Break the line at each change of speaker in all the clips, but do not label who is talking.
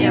é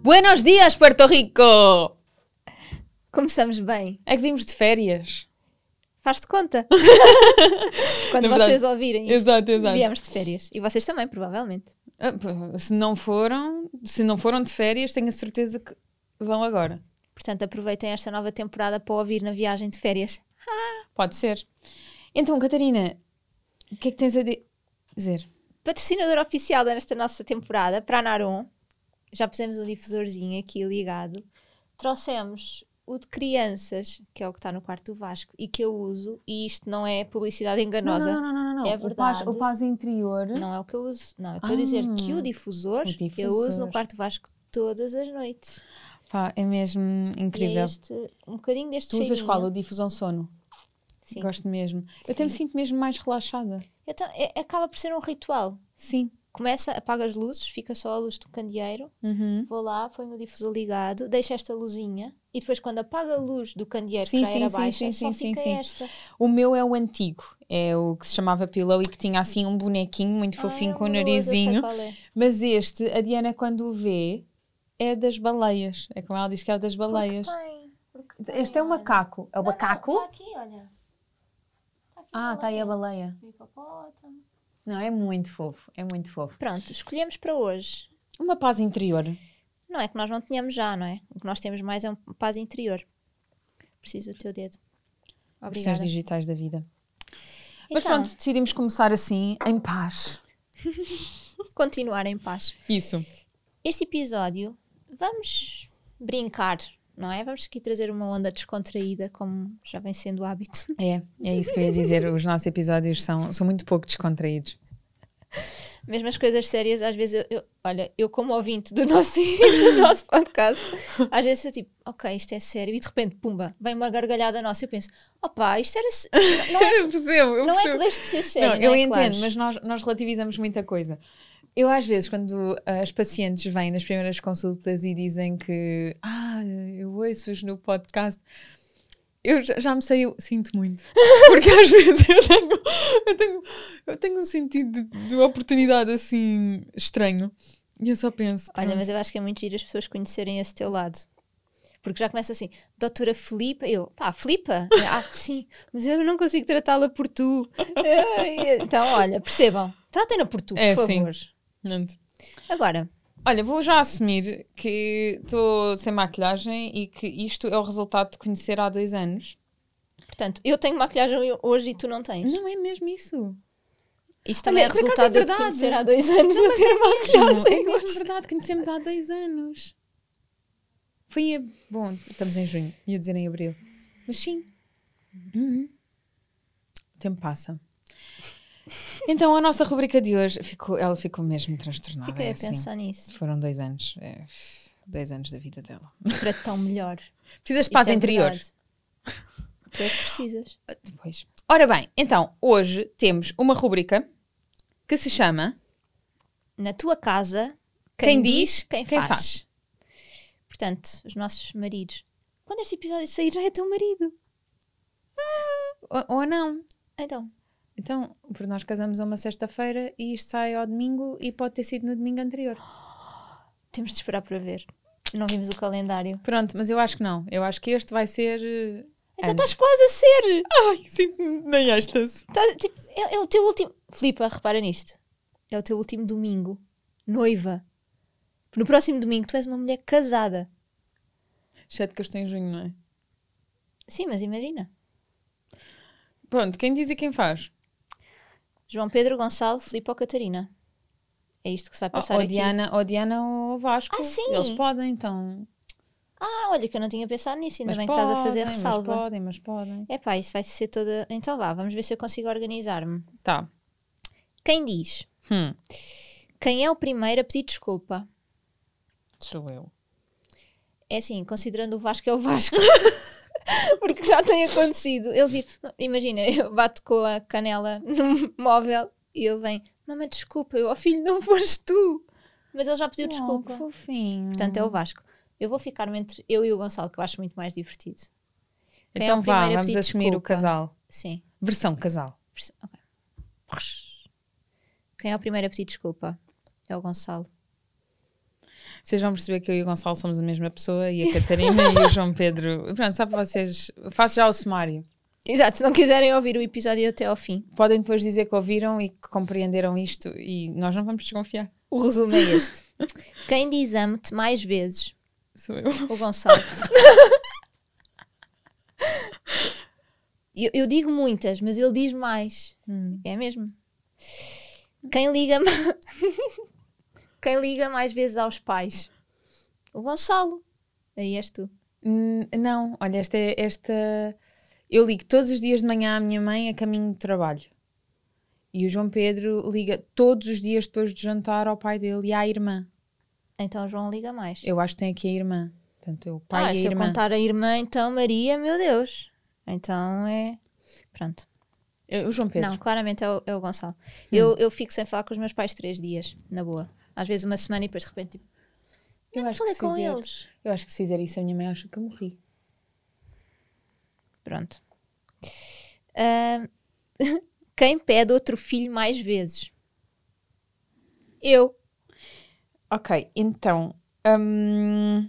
Buenos dias, Puerto Rico! Começamos bem.
É que vimos de férias.
Faz de conta. Quando
Na verdade.
vocês ouvirem, isto,
Exato, exato.
viemos de férias. E vocês também, provavelmente.
Ah, pô, Se não foram, se não foram de férias, tenho a certeza que vão agora.
Portanto, aproveitem esta nova temporada para ouvir na viagem de férias.
Pode ser. Então, Catarina, o que é que tens a di- dizer?
Patrocinador oficial desta nossa temporada, para a Naron, já pusemos um difusorzinho aqui ligado. Trouxemos o de crianças, que é o que está no quarto do Vasco, e que eu uso, e isto não é publicidade enganosa.
não, não,
É verdade.
interior.
Não é o que eu uso. Não, eu estou a dizer
Ah,
que o difusor,
o
eu uso
difusor.
no quarto Vasco todas as noites.
Pá, é mesmo
E
incrível.
é este, um bocadinho deste
tu usas
cheirinho.
qual? O difusão sono.
Sim.
Gosto mesmo. Eu até me sinto mesmo mais relaxada.
Então, é- acaba por ser um ritual.
Sim.
Começa, apaga as luzes, fica só a luz do candeeiro.
Uhum.
Vou lá, ponho o difusor ligado, deixo esta luzinha. E depois, quando apaga a luz do candeeiro,
Sim,
que já
sim,
era
sim,
baixa,
sim,
só
sim, sim,
fica
sim.
esta.
O meu é o antigo. É o que se chamava Pillow e que tinha assim um bonequinho muito fofinho
Ai, é
com o
amoroso, eu sei
narizinho.
qual é.
Mas este, a Diana, quando o vê, é das baleias. É como ela diz que é o das baleias.
Tem. porque tem,
Este é um
olha.
macaco. É o
Não, não,
macaco?
Está Tá aqui, olha. Está aqui
Ah, está aí a
baleia.
baleia.
O hipopótamo.
Não, é muito fofo. É muito fofo.
Pronto, escolhemos para hoje.
Uma paz interior.
Não é que nós não tenhamos já, não é? O que nós temos mais é um paz interior. Preciso do teu dedo.
Opções
Obrigada.
digitais da vida. Mas
Então,
pronto, decidimos começar assim, em paz.
continuar em paz.
Isso.
Este episódio, vamos brincar, não é? Vamos aqui trazer uma onda descontraída, como já vem sendo o hábito.
É, é isso que eu ia dizer. Os nossos episódios são, são muito pouco descontraídos.
Mesmo as coisas sérias, às vezes eu, eu- olha, eu como ouvinte do nosso, do nosso podcast, às vezes eu tipo, ok, isto é sério, e de repente, pumba, vem uma gargalhada nossa, eu penso, opá, isto era. se-
eu percebo, eu
Não é que
percebo.
deixe de ser sério.
não, eu
é,
entendo,
claro.
mas nós, nós relativizamos muita coisa. Eu, às vezes, quando ah, as pacientes vêm nas primeiras consultas e dizem que ah, eu ouço-vos no podcast, eu já, já me sei, eu sinto muito. Porque às vezes eu tenho, eu tenho, eu tenho um sentido de, de oportunidade assim estranho. E eu só penso.
Olha,
pronto.
mas eu acho que é muito giro as pessoas conhecerem esse teu lado. Porque já começa assim, doutora Filipa, eu, pá, Filipa? Ah, sim, mas eu não consigo tratá-la por tu. Ai, Então, olha, percebam, tratem-na por tu,
É,
por
sim.
favor.
Pronto.
Agora,
Olha, vou já assumir que estou sem maquilhagem e que isto é o resultado de conhecer há dois anos.
portanto, eu tenho maquilhagem hoje e tu não tens.
Não é mesmo isso?
Isto também
Olha,
é
por acaso é
resultado de eu te
verdade.
conhecer há dois anos não, ter
Não, é
maquilhagem
mesmo
hoje.
verdade, conhecemos há dois anos. Foi em. Bom, estamos em junho, ia dizer em abril. Mas sim. Uhum. O tempo passa. Então, a nossa rubrica de hoje, ficou, ela ficou mesmo transtornada.
Fiquei
é
a
assim.
pensar nisso.
Foram dois anos. é, dois anos da vida dela.
Para tão melhor.
Precisas de paz
Isto é
interior.
verdade. Tu é que precisas.
Depois. Ora bem, então, hoje temos uma rubrica que se chama
Na tua casa,
Quem, diz,
quem, faz. Portanto, os nossos maridos. Quando este episódio sair, já é teu marido.
Ou, ou não.
Então,
Então, porque nós casamos a uma sexta-feira e isto sai ao domingo e pode ter sido no domingo anterior.
temos de esperar para ver. Não vimos o calendário.
Pronto, mas eu acho que não. Eu acho que este vai ser. eh,
Então
Antes.
estás quase a ser.
Ai, sinto-me nem estas.
Estás- tipo, é, é o teu último. Filipa, repara nisto. É o teu último domingo. Noiva. No próximo domingo, tu és uma mulher casada.
Exceto que eu estou em junho, não é?
Sim, mas imagina.
Pronto, quem diz e quem faz?
João Pedro, Gonçalo, Filipe ou Catarina. É isto que se vai
Ou
passar
ou
aqui.
Diana, ou Diana ou Vasco.
Ah, sim!
Eles podem, então.
Ah, olha, que eu não tinha pensado nisso, ainda
Mas
bem que estás a fazer
podem, Mas
ressalva.
podem, mas podem.
É pá, isso vai ser toda. Então vá, vamos ver se eu consigo organizar-me.
Tá.
Quem diz?
Hum.
Quem é o primeiro a pedir desculpa?
Sou eu.
É assim, considerando o Vasco é o Vasco. Porque já tem acontecido. Ele vir, imagina, eu bato com a canela no móvel e ele vem, mamãe, desculpa, eu, ó filho, não foste tu. Mas ele já pediu desculpa.
fofinho.
Portanto, é o Vasco. Eu vou ficar entre eu e o Gonçalo, que eu acho muito mais divertido. Quem
então
é o
vá,
primeiro a
vamos
pedir
assumir
desculpa?
o casal.
Sim.
Versão casal.
Perce- ok. Quem é o primeiro a pedir desculpa? É o Gonçalo.
Vocês vão perceber que eu e o Gonçalo somos a mesma pessoa e a Catarina e o João Pedro. Pronto, só para vocês. Faço já o sumário.
Exato, se não quiserem ouvir o episódio até ao fim,
Podem depois dizer que ouviram e que compreenderam isto e nós não vamos desconfiar.
o resumo é este. Quem diz amo-te mais vezes?
Sou eu.
O Gonçalo. eu, eu digo muitas, mas ele diz mais. É mesmo. Quem liga, ma- Quem liga mais vezes aos pais? O Gonçalo. Aí és tu.
Hum, Não, olha, esta, é- esta. Eu ligo todos os dias de manhã à minha mãe a caminho do trabalho. E o João Pedro liga todos os dias depois de jantar ao pai dele e à irmã.
Então o João liga mais.
Eu acho que tem aqui a irmã. Portanto, eu, pai
ah,
e
se
a
eu
irmã.
contar a irmã, então Maria, meu Deus. Então é. Pronto.
Eu- O João Pedro. Hum.
Não, claramente é o, é o Gonçalo. Eu, eu fico sem falar com os meus pais três dias, na boa. Às vezes uma semana e depois de repente tipo.
Eu
não
acho
falei
que
com
fizer-
eles.
Eu acho que se fizer isso, a minha mãe acha que eu morri.
Pronto. Ah, quem pede outro filho mais vezes? Eu.
Ok, então. hum,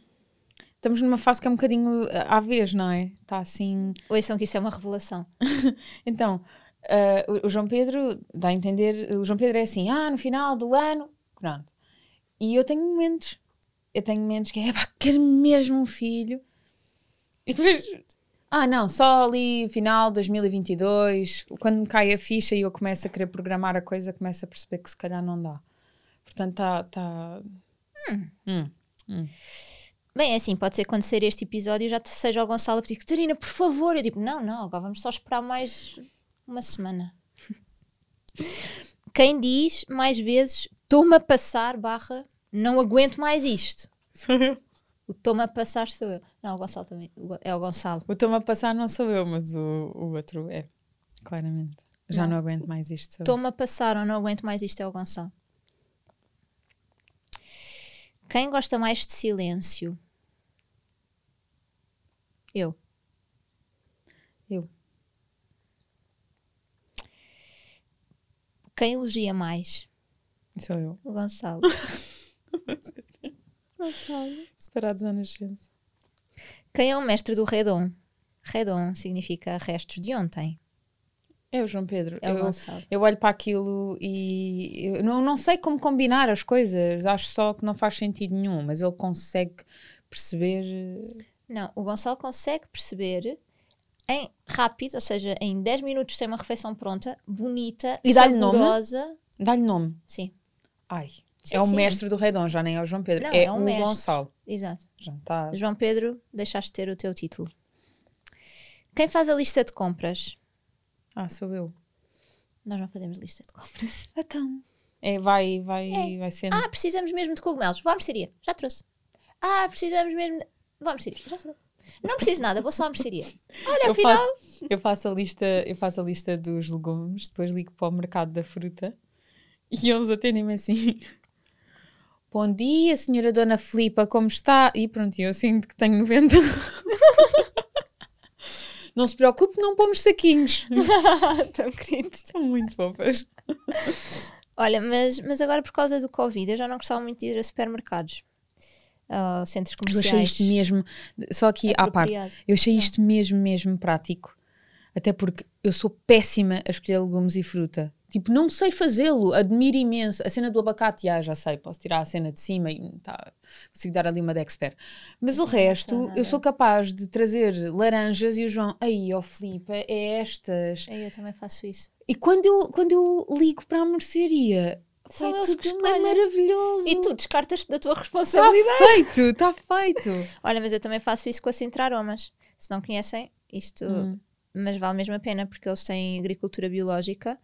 estamos numa fase que é um bocadinho uh, à vez, não é? Está assim.
Ouçam que isto é uma revelação.
Então, ah, o- o João Pedro dá a entender. O João Pedro é assim, ah, no final do ano. Pronto. E eu tenho momentos. Eu tenho momentos que é, pá, quero mesmo um filho. E depois. Ah, não, só ali final 2022, quando me cai a ficha e eu começo a querer programar a coisa, começo a perceber que se calhar não dá. Portanto, está. Tá... Hum.
Bem, é assim, pode ser quando sair este episódio já te- seja o Gonçalo a pedir Catarina, por favor. Eu digo, não, não, agora vamos só esperar mais uma semana. Quem diz mais vezes toma passar barra não aguento mais isto.
Sou eu.
O toma passar sou eu. Não, o Gonçalo também. o Go- É o Gonçalo.
O toma a passar não sou eu, mas o, o outro é, claramente. Já
Não.
não, aguento mais isto. sou eu.
Toma passar ou não aguento mais isto é o Gonçalo. Quem gosta mais de silêncio? Eu.
Eu.
Quem elogia mais?
Sou eu.
O Gonçalo.
Separados à nascença.
Quem é o mestre do Redon? Redon significa restos de ontem.
É o João Pedro.
É o
eu,
Gonçalo.
eu olho para aquilo e eu não, não sei como combinar as coisas. Acho só que não faz sentido nenhum, mas ele consegue perceber. eh,
Não, o Gonçalo consegue perceber em rápido, ou seja, em 10 minutos tem uma refeição pronta, bonita,
E dá-lhe nome?
saborosa.
Dá-lhe nome.
Sim,
Ai.
Sim,
é o
sim.
mestre do Redon, já nem é o João Pedro.
Não,
é,
é um
o
mestre.
Gonçalo. tá.
exato.
Jantar.
João Pedro, deixaste de ter o teu título. Quem faz a lista de compras?
Ah, sou eu.
Nós não fazemos lista de compras.
Então. É, vai, vai, vai sendo.
Ah, precisamos mesmo de cogumelos. Vou à mercearia. Já trouxe. Ah, precisamos mesmo. De... Vou à mercearia. Já trouxe. Não preciso nada, vou só à mercearia. Olha,
eu,
afinal.
faço, eu faço a lista, eu faço a lista dos legumes, depois ligo para o mercado da fruta e eles atendem-me assim. Bom dia, senhora Dona Filipa, como está? E pronto, eu sinto que tenho 90. não se preocupe, não pomos saquinhos.
Tão
então,
queridos.
São muito fofas.
Olha, mas, mas agora por causa do Covid, eu já não gostava muito de ir a supermercados, a centros
Eu achei
comerciais.
isto mesmo, só aqui à parte,
apropriado.
eu achei isto mesmo, mesmo prático. Até porque eu sou péssima a escolher legumes e fruta. Tipo, não sei fazê-lo, admiro imenso. A cena do abacate, ah, já sei, posso tirar a cena de cima e tá, consigo dar ali uma de expert. Mas o resto, eu sou capaz de trazer laranjas e o João, aí, ó Filipa, é estas.
Aí Eu também faço isso.
E quando eu, quando eu ligo para a mercearia,
São
Pá, é
eles
tudo
que
tão
escolhem.
maravilhoso.
E tu descartas-te da tua
Está
responsabilidade.
feito, está feito.
Olha, mas eu também faço isso com a Sintra Aromas. Se não conhecem, isto.
Hum.
Mas vale mesmo a pena porque eles têm agricultura biológica,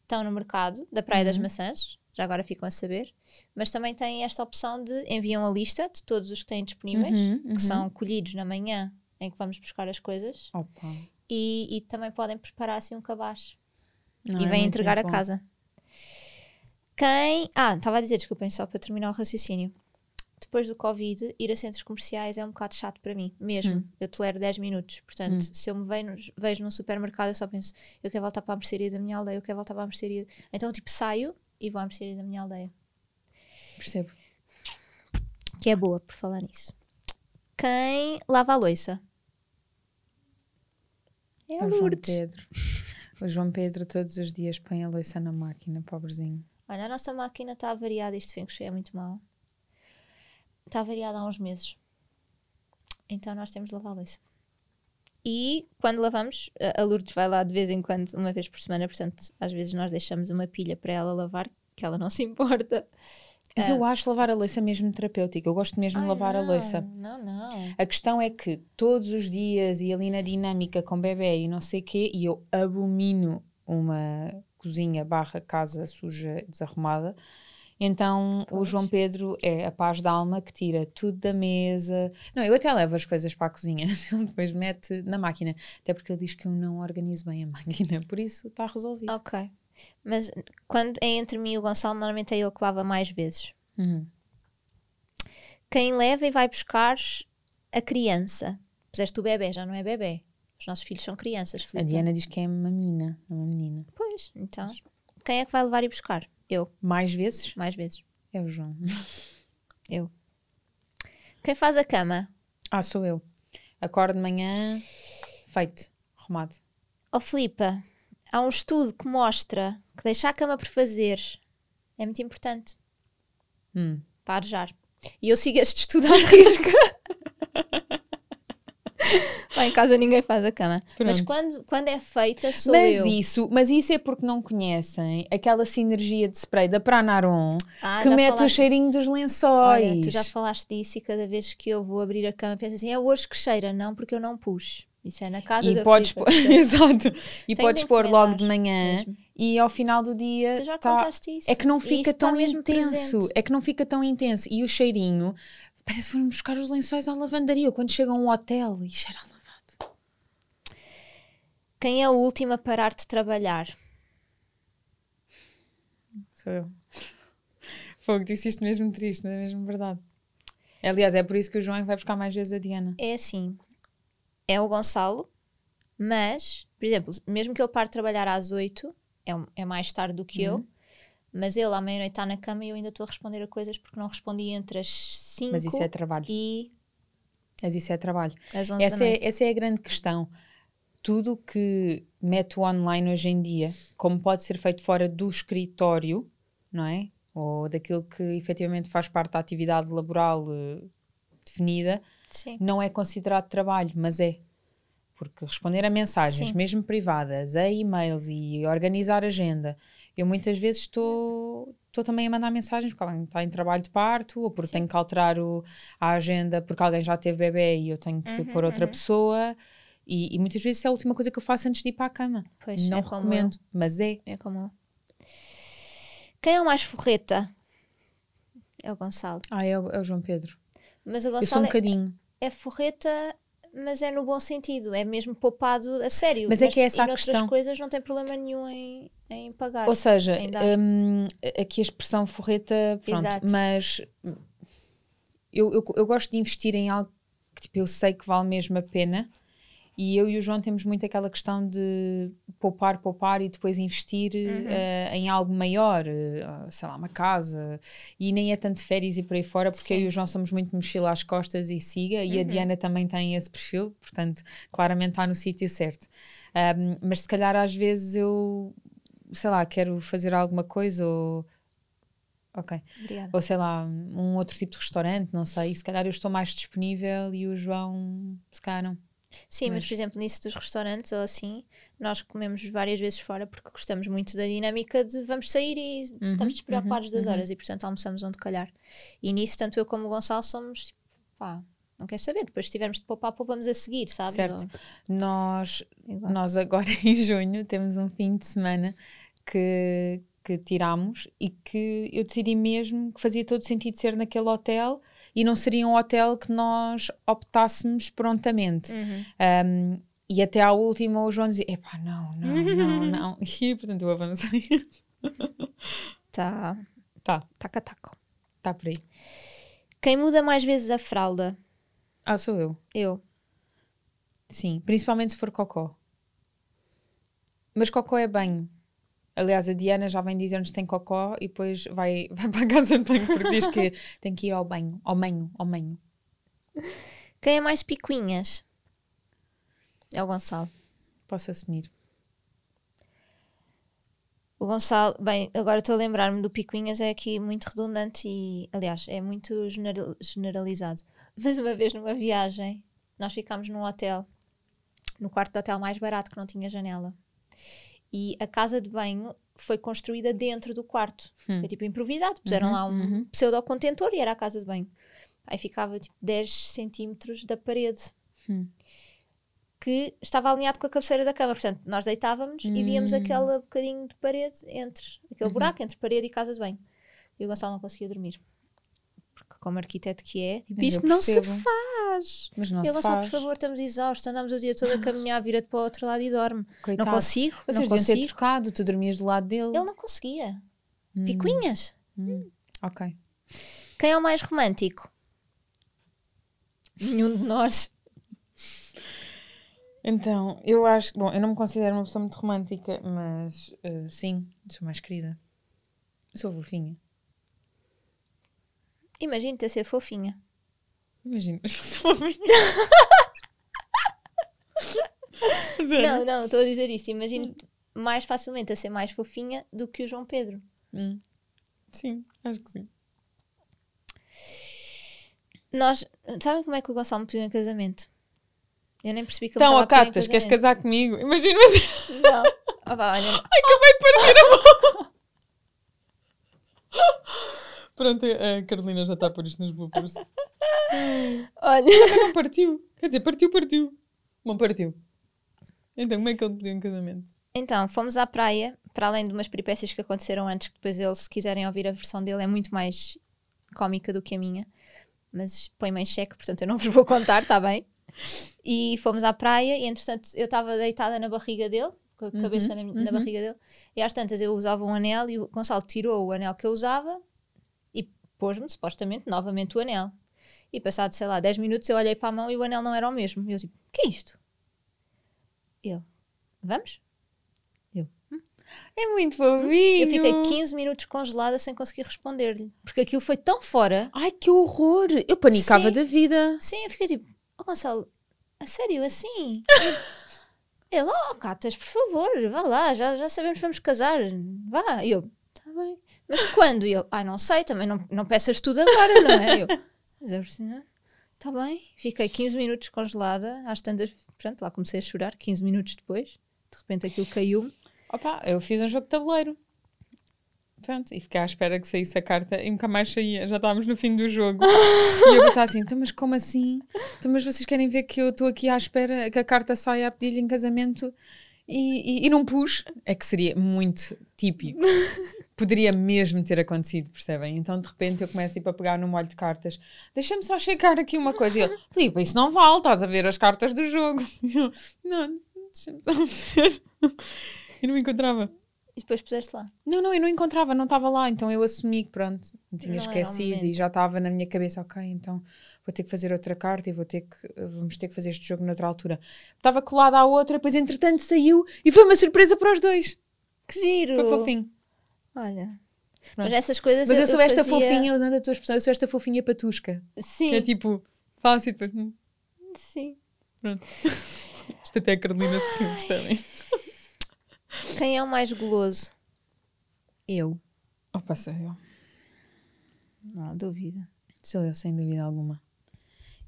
estão no mercado da Praia
Uhum.
das Maçãs, já agora ficam a saber. Mas também têm esta opção de enviam a lista de todos os que têm disponíveis,
Uhum, uhum.
que são colhidos na manhã em que vamos buscar as coisas.
Opa,
E, e também podem preparar assim um cabaz
não,
e
é
vêm
muito
entregar a
bom.
casa. Quem. Ah, estava a dizer, desculpem, só para terminar o raciocínio. Depois do Covid, ir a centros comerciais é um bocado chato para mim, mesmo.
Hum.
Eu tolero 10 minutos. Portanto, se eu me vejo, vejo num supermercado, eu só penso, eu quero voltar para a mercearia da minha aldeia, eu quero voltar para a mercearia. Então, tipo, saio e vou à mercearia da minha aldeia.
Percebo.
Que é boa, por falar nisso. Quem lava a louça? É a
o João
Lourdes.
Pedro. O João Pedro todos os dias põe a louça na máquina, pobrezinho.
Olha, a nossa máquina está avariada, este Feng Shui é muito mau. Está avariada há uns meses. Então nós temos de lavar a louça. E quando lavamos, a- a Lourdes vai lá de vez em quando, uma vez por semana, portanto, às vezes nós deixamos uma pilha para ela lavar, que ela não se importa.
Mas eu acho lavar a louça mesmo terapêutico. Eu gosto mesmo de
É. Ai,
lavar a
não,
louça.
Não, não.
A questão é que todos os dias e ali na dinâmica com bebê e não sei quê, e eu abomino uma cozinha barra casa suja, desarrumada. Então o
Pois.
João Pedro é a paz da alma que tira tudo da mesa. Não, eu até levo as coisas para a cozinha, ele depois mete na máquina. Até porque ele diz que eu não organizo bem a máquina, por isso está resolvido.
Ok. Mas quando é entre mim e o Gonçalo, normalmente é ele que lava mais vezes.
Uhum.
quem leva e vai buscar a criança. Puseste o bebê, já não é bebê. Os nossos filhos são crianças,
A
Filipe.
Diana diz que é uma menina, é uma menina.
Pois, então. Quem é que vai levar e buscar? Eu,
Mais vezes
mais vezes.
é o João.
Eu. Quem faz a cama?
Ah, sou eu. Acordo de manhã, feito, arrumado.
Oh, Filipa, há um estudo que mostra que deixar a cama por fazer é muito importante
Hum.
para arejar. E eu sigo este estudo à risca. Lá em casa ninguém faz a cama. Mas
Pronto.
quando, quando é feita, sou
Mas
eu.
isso, mas isso é porque não conhecem aquela sinergia de spray da Pranaron
Ah,
que
já
mete o
falaste-
cheirinho dos lençóis.
Olha, tu já falaste disso e cada vez que eu vou abrir a cama penso assim, é hoje que cheira, não porque eu não pus. Isso é na casa
e
da
podes pôr,
Filipa, portanto,
exato, e
Tenho de
podes pôr
encomendar
logo de manhã
mesmo.
e ao final do dia
Tu já
tá-
contaste isso.
é que não
E
fica
isso tá
tão
mesmo
intenso,
presente.
é que não fica tão intenso e o cheirinho parece que foram buscar os lençóis à lavandaria quando chegam a um hotel e cheira a lavado.
Quem é o último a parar de trabalhar?
Sou eu. Fogo, disse isto mesmo triste, não é mesmo verdade? Aliás, é por isso que o João é que vai buscar mais vezes a Diana.
É assim, é o Gonçalo, mas, por exemplo, mesmo que ele pare de trabalhar às 8, é, um- é mais tarde do que
Uhum.
eu, mas ele à meia-noite está na cama e eu ainda estou a responder a coisas porque não respondi entre as 5
Mas isso é trabalho.
e
Mas isso é trabalho.
as 11
Essa
da
é,
noite.
essa é a grande questão. Tudo que mete o online hoje em dia, como pode ser feito fora do escritório, não é? Ou daquilo que efetivamente faz parte da atividade laboral eh, definida,
Sim.
não é considerado trabalho, mas é. Porque responder a mensagens,
Sim.
mesmo privadas, a e-mails e organizar agenda, eu muitas vezes estou estou também a mandar mensagens porque alguém está em trabalho de parto ou porque tenho que alterar o- a agenda porque alguém já teve bebê e eu tenho que
Uhum,
pôr outra
uhum.
pessoa. E, e muitas vezes isso é a última coisa que eu faço antes de ir para a cama.
Pois,
não
é como eu.
recomendo, mas é.
É como eu. Quem é o mais forreta? É o Gonçalo.
Ah, é o, é o João Pedro.
Mas o
Eu sou um
Gonçalo é,
bocadinho.
é forreta, mas é no bom sentido. É mesmo poupado a sério.
Mas é que é essa a
e noutras
questão.
coisas não tem problema nenhum em, em pagar.
Ou seja,
ainda há-
hum, aqui a expressão forreta, pronto,
Exato.
mas hum, eu, eu, eu gosto de investir em algo que tipo, eu sei que vale mesmo a pena. E eu e o João temos muito aquela questão de poupar, poupar e depois investir
Uhum.
eh, em algo maior, eh, sei lá, uma casa. E nem é tanto férias e por aí fora, porque eu e o João somos muito mochila às costas e siga. E a Diana também tem esse perfil, portanto, claramente está no sítio certo. Ahm, mas se calhar às vezes eu, sei lá, quero fazer alguma coisa ou. Ok
Obrigada.
ou sei lá, um outro tipo de restaurante, não sei, e se calhar eu estou mais disponível e o João, se calhar não.
Sim, mas, por exemplo, nisso dos restaurantes ou assim, nós comemos várias vezes fora porque gostamos muito da dinâmica de vamos sair e
Uhum,
estamos despreocupados das horas e, portanto, almoçamos onde calhar. E nisso, tanto eu como o Gonçalo somos, tipo, pá, não quer saber, depois se tivermos de poupar, poupamos a seguir, sabes?
Certo.
Ou-
Nós,
igual.
nós agora em junho temos um fim de semana que, que tirámos e que eu decidi mesmo que fazia todo sentido ser naquele hotel e não seria um hotel que nós optássemos prontamente.
Uhum.
Um, e até à última o João dizia, epá, não, não, não, não. E portanto eu avancei.
Tá,
tá,
taca, taco.
tá por aí.
Quem muda mais vezes a fralda?
Ah, sou eu.
Eu.
Sim, principalmente se for cocó. Mas cocó é banho. Aliás, a Diana já vem dizer-nos que tem cocó e depois vai, vai para a casa de banho porque diz que tem que ir ao banho, ao manho, ao manho.
Quem é mais picuinhas? É o Gonçalo.
Posso assumir.
O Gonçalo, bem, agora estou a lembrar-me do Picuinhas, é aqui muito redundante e, aliás, é muito genera- generalizado. Mas uma vez numa viagem, nós ficámos num hotel, no quarto do hotel mais barato, que não tinha janela. E a casa de banho foi construída dentro do quarto. Foi tipo improvisado, puseram lá um pseudo-contentor e era a casa de banho. Aí ficava tipo 10 centímetros da parede. Hum. Que estava alinhado com a cabeceira da cama. Portanto, nós deitávamos e víamos aquele bocadinho de parede entre, aquele buraco entre parede e casa de banho. E o Gonçalo não conseguia dormir. Porque, como arquiteto que é, tipo,
Mas eu
isto não se
percebo.
faz.
Mas não
Eu,
se
Gonçalo,
faz.
por favor, estamos exaustos, andamos o dia todo a caminhar, vira-te para o outro lado e dorme.
Coitado.
Não consigo,
Vocês
não
deviam ter
consigo.
trocado, tu dormias do lado dele.
Ele não conseguia.
Hum.
Picuinhas.
Ok.
Quem é o mais romântico? Nenhum de nós.
Então, eu acho que. Bom, eu não me considero uma pessoa muito romântica, mas eh, sim, sou mais querida. Sou fofinha.
Imagino-te a ser fofinha.
Imagina, sou fofinha. Sério?
Não, não, estou a dizer isto. Imagino-te mais facilmente a ser mais fofinha do que o João Pedro.
Hum. Sim, acho que sim.
Nós, sabem como é que o Gonçalo me pediu em casamento? Eu nem percebi que ele
Então,
me
ó,
estava a pedir
Catas,
em
queres
casamento.
casar comigo? Imagina assim.
Não. Oh, vá, olha,
Acabei de partir a mão. Pronto, a a Carolina já está a pôr isto nos bloopers.
olha.
Não partiu. Quer dizer, partiu, partiu. Bom, partiu. Então, como é que ele pediu em casamento?
Então, fomos à praia, para além de umas peripécias que aconteceram antes, que depois ele, se quiserem ouvir a versão dele, é muito mais cómica do que a minha. Mas põe-me em xeque, portanto eu não vos vou contar, está bem? E fomos à praia e, entretanto, eu estava deitada na barriga dele, com a cabeça na, na barriga dele, e às tantas eu usava um anel e o Gonçalo tirou o anel que eu usava e pôs-me, supostamente, novamente o anel. E passado, sei lá, 10 minutos eu olhei para a mão e o anel não era o mesmo. E eu tipo, o que é isto? Ele, vamos?
É muito fofinho.
Eu fiquei 15 minutos congelada sem conseguir responder-lhe. Porque aquilo foi tão fora.
Ai, que horror. Eu panicava
Sim.
da vida.
Sim, eu fiquei tipo, oh Gonçalo, a sério, assim? Ele, oh Catas, por favor, vá lá, já, já sabemos que vamos casar. Vá. E eu, tá bem. Mas quando? E ele, ai, não sei, também não, não peças tudo agora, não é? E Eu, mas é por si, não é? tá bem. Fiquei 15 minutos congelada, às tantas, pronto, lá comecei a chorar, 15 minutos depois. De repente aquilo caiu-me.
Opa, eu fiz um jogo de tabuleiro. Pronto, e fiquei à espera que saísse a carta e nunca mais saía. Já estávamos no fim do jogo. e eu pensava assim: então, mas como assim? Então, mas vocês querem ver que eu estou aqui à espera que a carta saia a pedir-lhe em casamento e, e- e não pus? É que seria muito típico. Poderia mesmo ter acontecido, percebem? Então, de repente, eu começo tipo, a pegar no molho de cartas. Deixa-me só checar aqui uma coisa. E ele, Filipe, isso não vale, estás a ver as cartas do jogo. E eu, não, deixa-me só ver. E não encontrava.
E depois puseste lá.
Não, não, eu não encontrava, não estava lá, então eu assumi que pronto, me tinha
Não era o
esquecido e
momento.
já estava na minha cabeça, ok, então vou ter que fazer outra carta e vou ter que, vamos ter que fazer este jogo noutra altura. Estava colada à outra, depois entretanto saiu e foi uma surpresa para os dois.
Que giro!
Foi fofinho.
Olha. Mas
Pronto.
essas coisas
Mas eu, sou esta
fazia-
fofinha, usando a tua expressão, eu sou esta fofinha patusca. Que
Sim,
é tipo, fácil, depois, hum,
sim.
pronto. Isto até a Carolina se riu, percebem?
Quem é o mais goloso? Eu.
Opa, sou eu.
Não, dúvida.
Sou eu, sem dúvida alguma.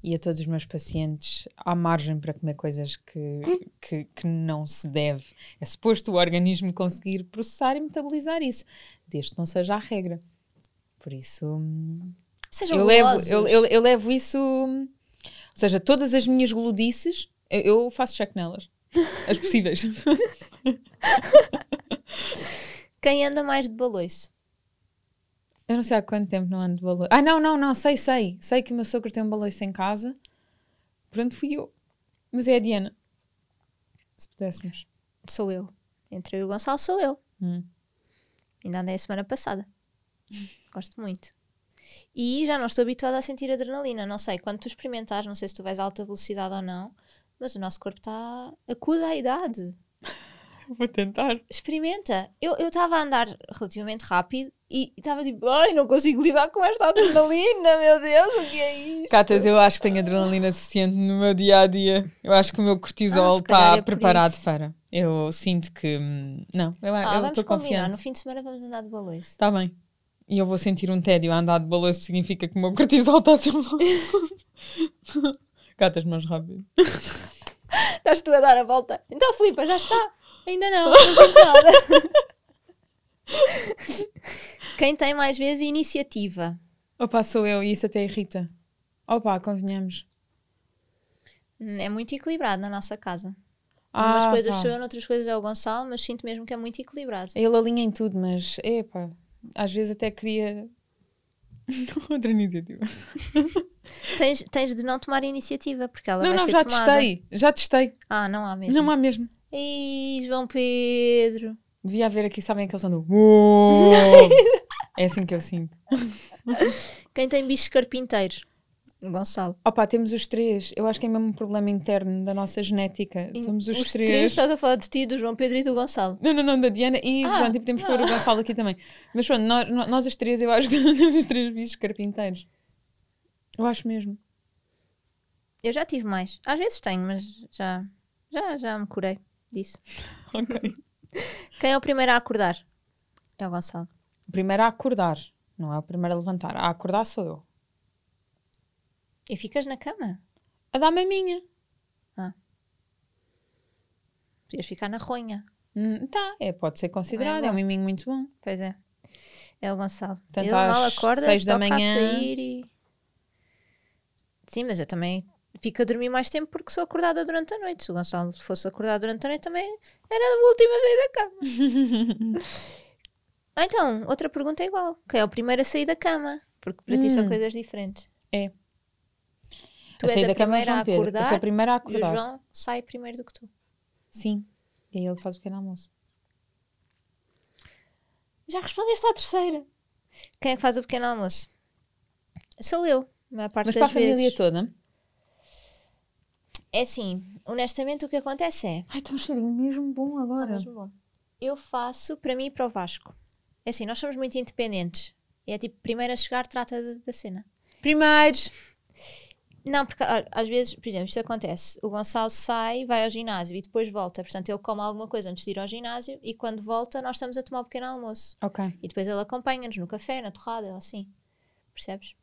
e a todos os meus pacientes há margem para comer coisas que, que, que não se deve. É suposto o organismo conseguir processar e metabolizar isso, desde que não seja a regra. Por isso, hum,
Sejam
eu levo,
gulosos.
eu, eu- eu levo isso. hum, Ou seja, todas as minhas gludices, eu, eu faço check nelas. As possíveis.
Quem anda mais de balões?
Eu não sei há quanto tempo não ando de balões. Ah, não, não, não, sei, sei. Sei que o meu sogro tem um balões em casa. Pronto, fui eu. Mas é a Diana. Se pudéssemos.
Sou eu. Entre eu e o Gonçalo sou eu.
Hum.
Ainda andei a semana passada. Gosto muito. E já não estou habituada a sentir adrenalina. Não sei, quando tu experimentares, não sei se tu vais a alta velocidade ou não, mas o nosso corpo está acuda à idade.
Vou tentar.
Experimenta. Eu eu estava a andar relativamente rápido e estava tipo, ai, não consigo lidar com esta adrenalina, meu Deus, o que é isto?
Catas, eu acho que tenho adrenalina suficiente no meu dia a dia. Eu acho que o meu
Ah,
cortisol
se calhar
está
é por
preparado
isso.
para. Eu sinto que. hum, Não,
Ah,
eu
vamos
estou
combinar, no
confiante.
fim de semana vamos andar de balões.
Está bem. E eu vou sentir um tédio a andar de balanço, significa que o meu cortisol está sempre. Catas mais rápido.
Estás tu a dar a volta. Então, Filipa, já está? Ainda não, não sinto nada. Quem tem mais vezes é iniciativa?
Opa, sou eu e isso até irrita. Opa, convenhamos.
Hum, É muito equilibrado na nossa casa. Umas
Ah,
coisas
pá.
sou eu, outras coisas é o Gonçalo, mas sinto mesmo que é muito equilibrado.
Ele alinha em tudo, mas epá, às vezes até queria outra iniciativa.
Tens, tens de não tomar iniciativa, porque ela
não,
vai
não,
ser
já
tomada.
testei, já testei.
Ah, não há mesmo.
Não há mesmo.
Ei, João Pedro.
Devia haver aqui, sabem aquele som do "Uou". É assim que eu sinto.
Quem tem bichos carpinteiros? O Gonçalo.
Opa, temos os três. Eu acho que é mesmo um problema interno da nossa genética. Somos os, três.
Estás a falar de ti, do João Pedro e do Gonçalo.
Não, não, não, da Diana e
Ah,
pronto, e podemos
não.
pôr o Gonçalo aqui também. Mas pronto, nós, nós- nós as três, eu acho que temos os três bichos carpinteiros. Eu acho mesmo.
Eu já tive mais. Às vezes tenho, mas já, já, já me curei disso.
Ok.
Quem é o primeiro a acordar? É o Gonçalo.
O primeiro a acordar, não é o primeiro a levantar. A acordar sou eu.
E ficas na cama.
A dar maminha.
Podias ficar na ronha.
Hum, tá, é, pode ser considerado,
É
é,
bom.
um miminho muito bom.
Pois é. É o Gonçalo.
Portanto,
Ele mal
às
acorda,
seis da
toca a
manhã.
sair e... Sim, mas eu também fico a dormir mais tempo porque sou acordada durante a noite. Se o Gonçalo fosse acordado durante a noite também era o último a sair da cama. Ah, então, outra pergunta é igual. Quem é o primeiro a sair da cama? Porque para ti são
Hum.
coisas diferentes.
É.
Tu
a
és
sair
a
da cama é o
primeira a
João Pedro.
acordar
eu sou a primeira a
e o
acordar.
João sai primeiro do que tu.
Sim. E aí ele faz o pequeno almoço.
Já respondeste à terceira. Quem é que faz o pequeno almoço? Sou eu, a maior parte
Mas para a
das
família
vezes.
toda.
É assim, honestamente o que acontece é.
Ai, está um cheirinho mesmo bom
Ah,
agora.
mas bom, Eu faço para mim e para o Vasco. É assim, nós somos muito independentes. É tipo, primeiro a chegar trata de- da cena.
Primeiros.
Não, porque a- às vezes, por exemplo, isto acontece. O Gonçalo sai, vai ao ginásio e depois volta. Portanto, ele come alguma coisa antes de ir ao ginásio e quando volta, nós estamos a tomar o pequeno almoço.
Ok.
E depois ele acompanha-nos no café, na torrada, ou assim. Percebes?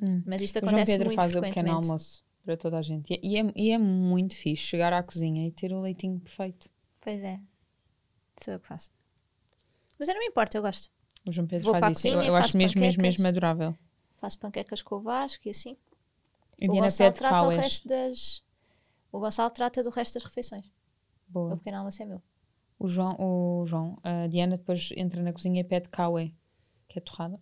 Hum.
Mas isto
O João
acontece
Pedro
muito
faz o
frequentemente.
pequeno almoço para toda a gente. E e é, e é muito fixe chegar à cozinha e ter o leitinho perfeito.
Pois é. Sou eu que faço. Mas eu não me importo, eu gosto.
O João Pedro
Vou para a
faz isso. Eu,
cozinha,
eu
faço
acho mesmo, mesmo,
panquecas.
mesmo adorável.
Faço panquecas com o Vasco e assim.
E
o
Diana
Gonçalo
pede
trata o
calas.
resto das. O Gonçalo trata do resto das refeições. O
Boa.
pequeno almoço é meu.
O João, o João, a Diana depois entra na cozinha e pede caué, que é torrada.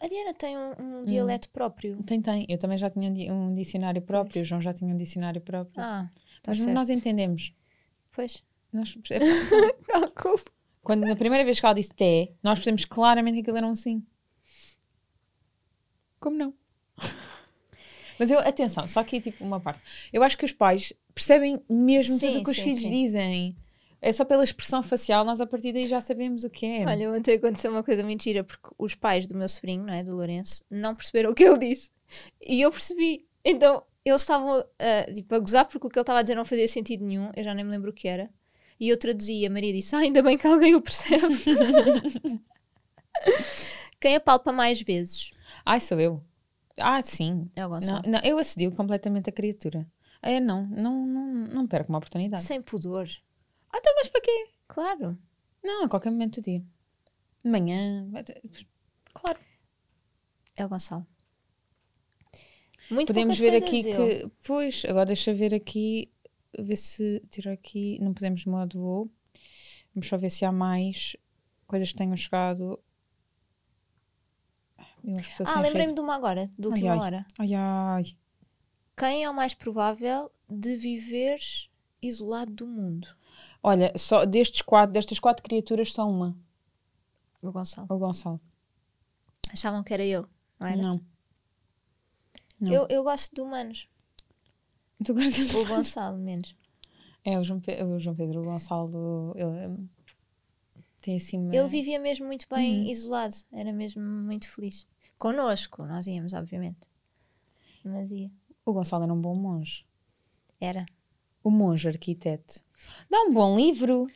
A Diana tem um, um
Hum.
dialeto próprio.
Tem, tem. Eu também já tinha um, di- um dicionário próprio, o João já tinha um dicionário próprio.
Ah, tá
Mas
certo.
nós entendemos.
Pois.
Nós- quando na primeira vez que ela disse té, nós percebemos claramente que aquilo era um sim. Como não? Mas eu, atenção, só aqui tipo uma parte. Eu acho que os pais percebem mesmo
Sim,
tudo o que os
sim,
filhos
sim.
dizem. É só pela expressão facial, nós a partir daí já sabemos o que é.
Olha, ontem aconteceu uma coisa muito gira, porque os pais do meu sobrinho, não é? Do Lourenço, não perceberam o que ele disse. E eu percebi. Então, eles estavam ah, tipo, a gozar porque o que ele estava a dizer não fazia sentido nenhum, eu já nem me lembro o que era. E eu traduzi, a Maria disse: ah, ainda bem que alguém o percebe. Quem apalpa mais vezes?
Ai, sou eu. Ah, sim.
É o
Não,
Gonçalo.
não, eu assedio completamente a criatura. É, não, não, não, não perco uma oportunidade.
Sem pudor.
Ah, então, mas para quê?
Claro.
Não, a qualquer momento do dia. De manhã. Claro.
É o Gonçalo. Muito
Podemos
poucas
ver
coisas
aqui
eu.
que. Pois, agora deixa ver aqui. Ver se. Tiro aqui. Não podemos de modo voo. Vamos só ver se há mais coisas que tenham chegado. Eu acho que estou
Ah,
sem
lembrei-me
rede.
de uma agora, de
Ai,
última
ai.
hora.
Ai, ai.
Quem é o mais provável de viver isolado do mundo?
Olha, só destes quatro, destas quatro criaturas, só uma.
O Gonçalo.
O Gonçalo.
Achavam que era eu, não era?
Não. não.
Eu, eu gosto de humanos.
Tu gostas de-
O Gonçalo, menos.
É, o João, Pe- o João Pedro Gonçalo. Ele hum, tem assim. Uma...
Ele vivia mesmo muito bem
Uhum.
isolado. Era mesmo muito feliz. Connosco, nós íamos, obviamente. Mas ia.
O Gonçalo era um bom monge.
Era.
O Monge Arquiteto. Dá um bom livro.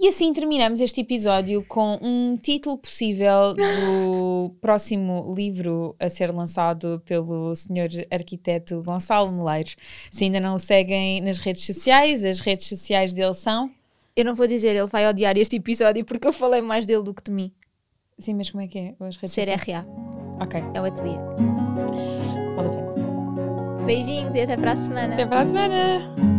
E assim terminamos este episódio com um título possível do próximo livro a ser lançado pelo senhor arquiteto Gonçalo Meleiros. Se ainda não o seguem nas redes sociais, as redes sociais dele são.
Eu não vou dizer, ele vai odiar este episódio porque eu falei mais dele do que de mim.
Sim, mas como é que é? As redes sociais.
CRA
Ok,
é o ateliê.
vale a pena.
Beijinhos e até para a semana.
Até para a semana!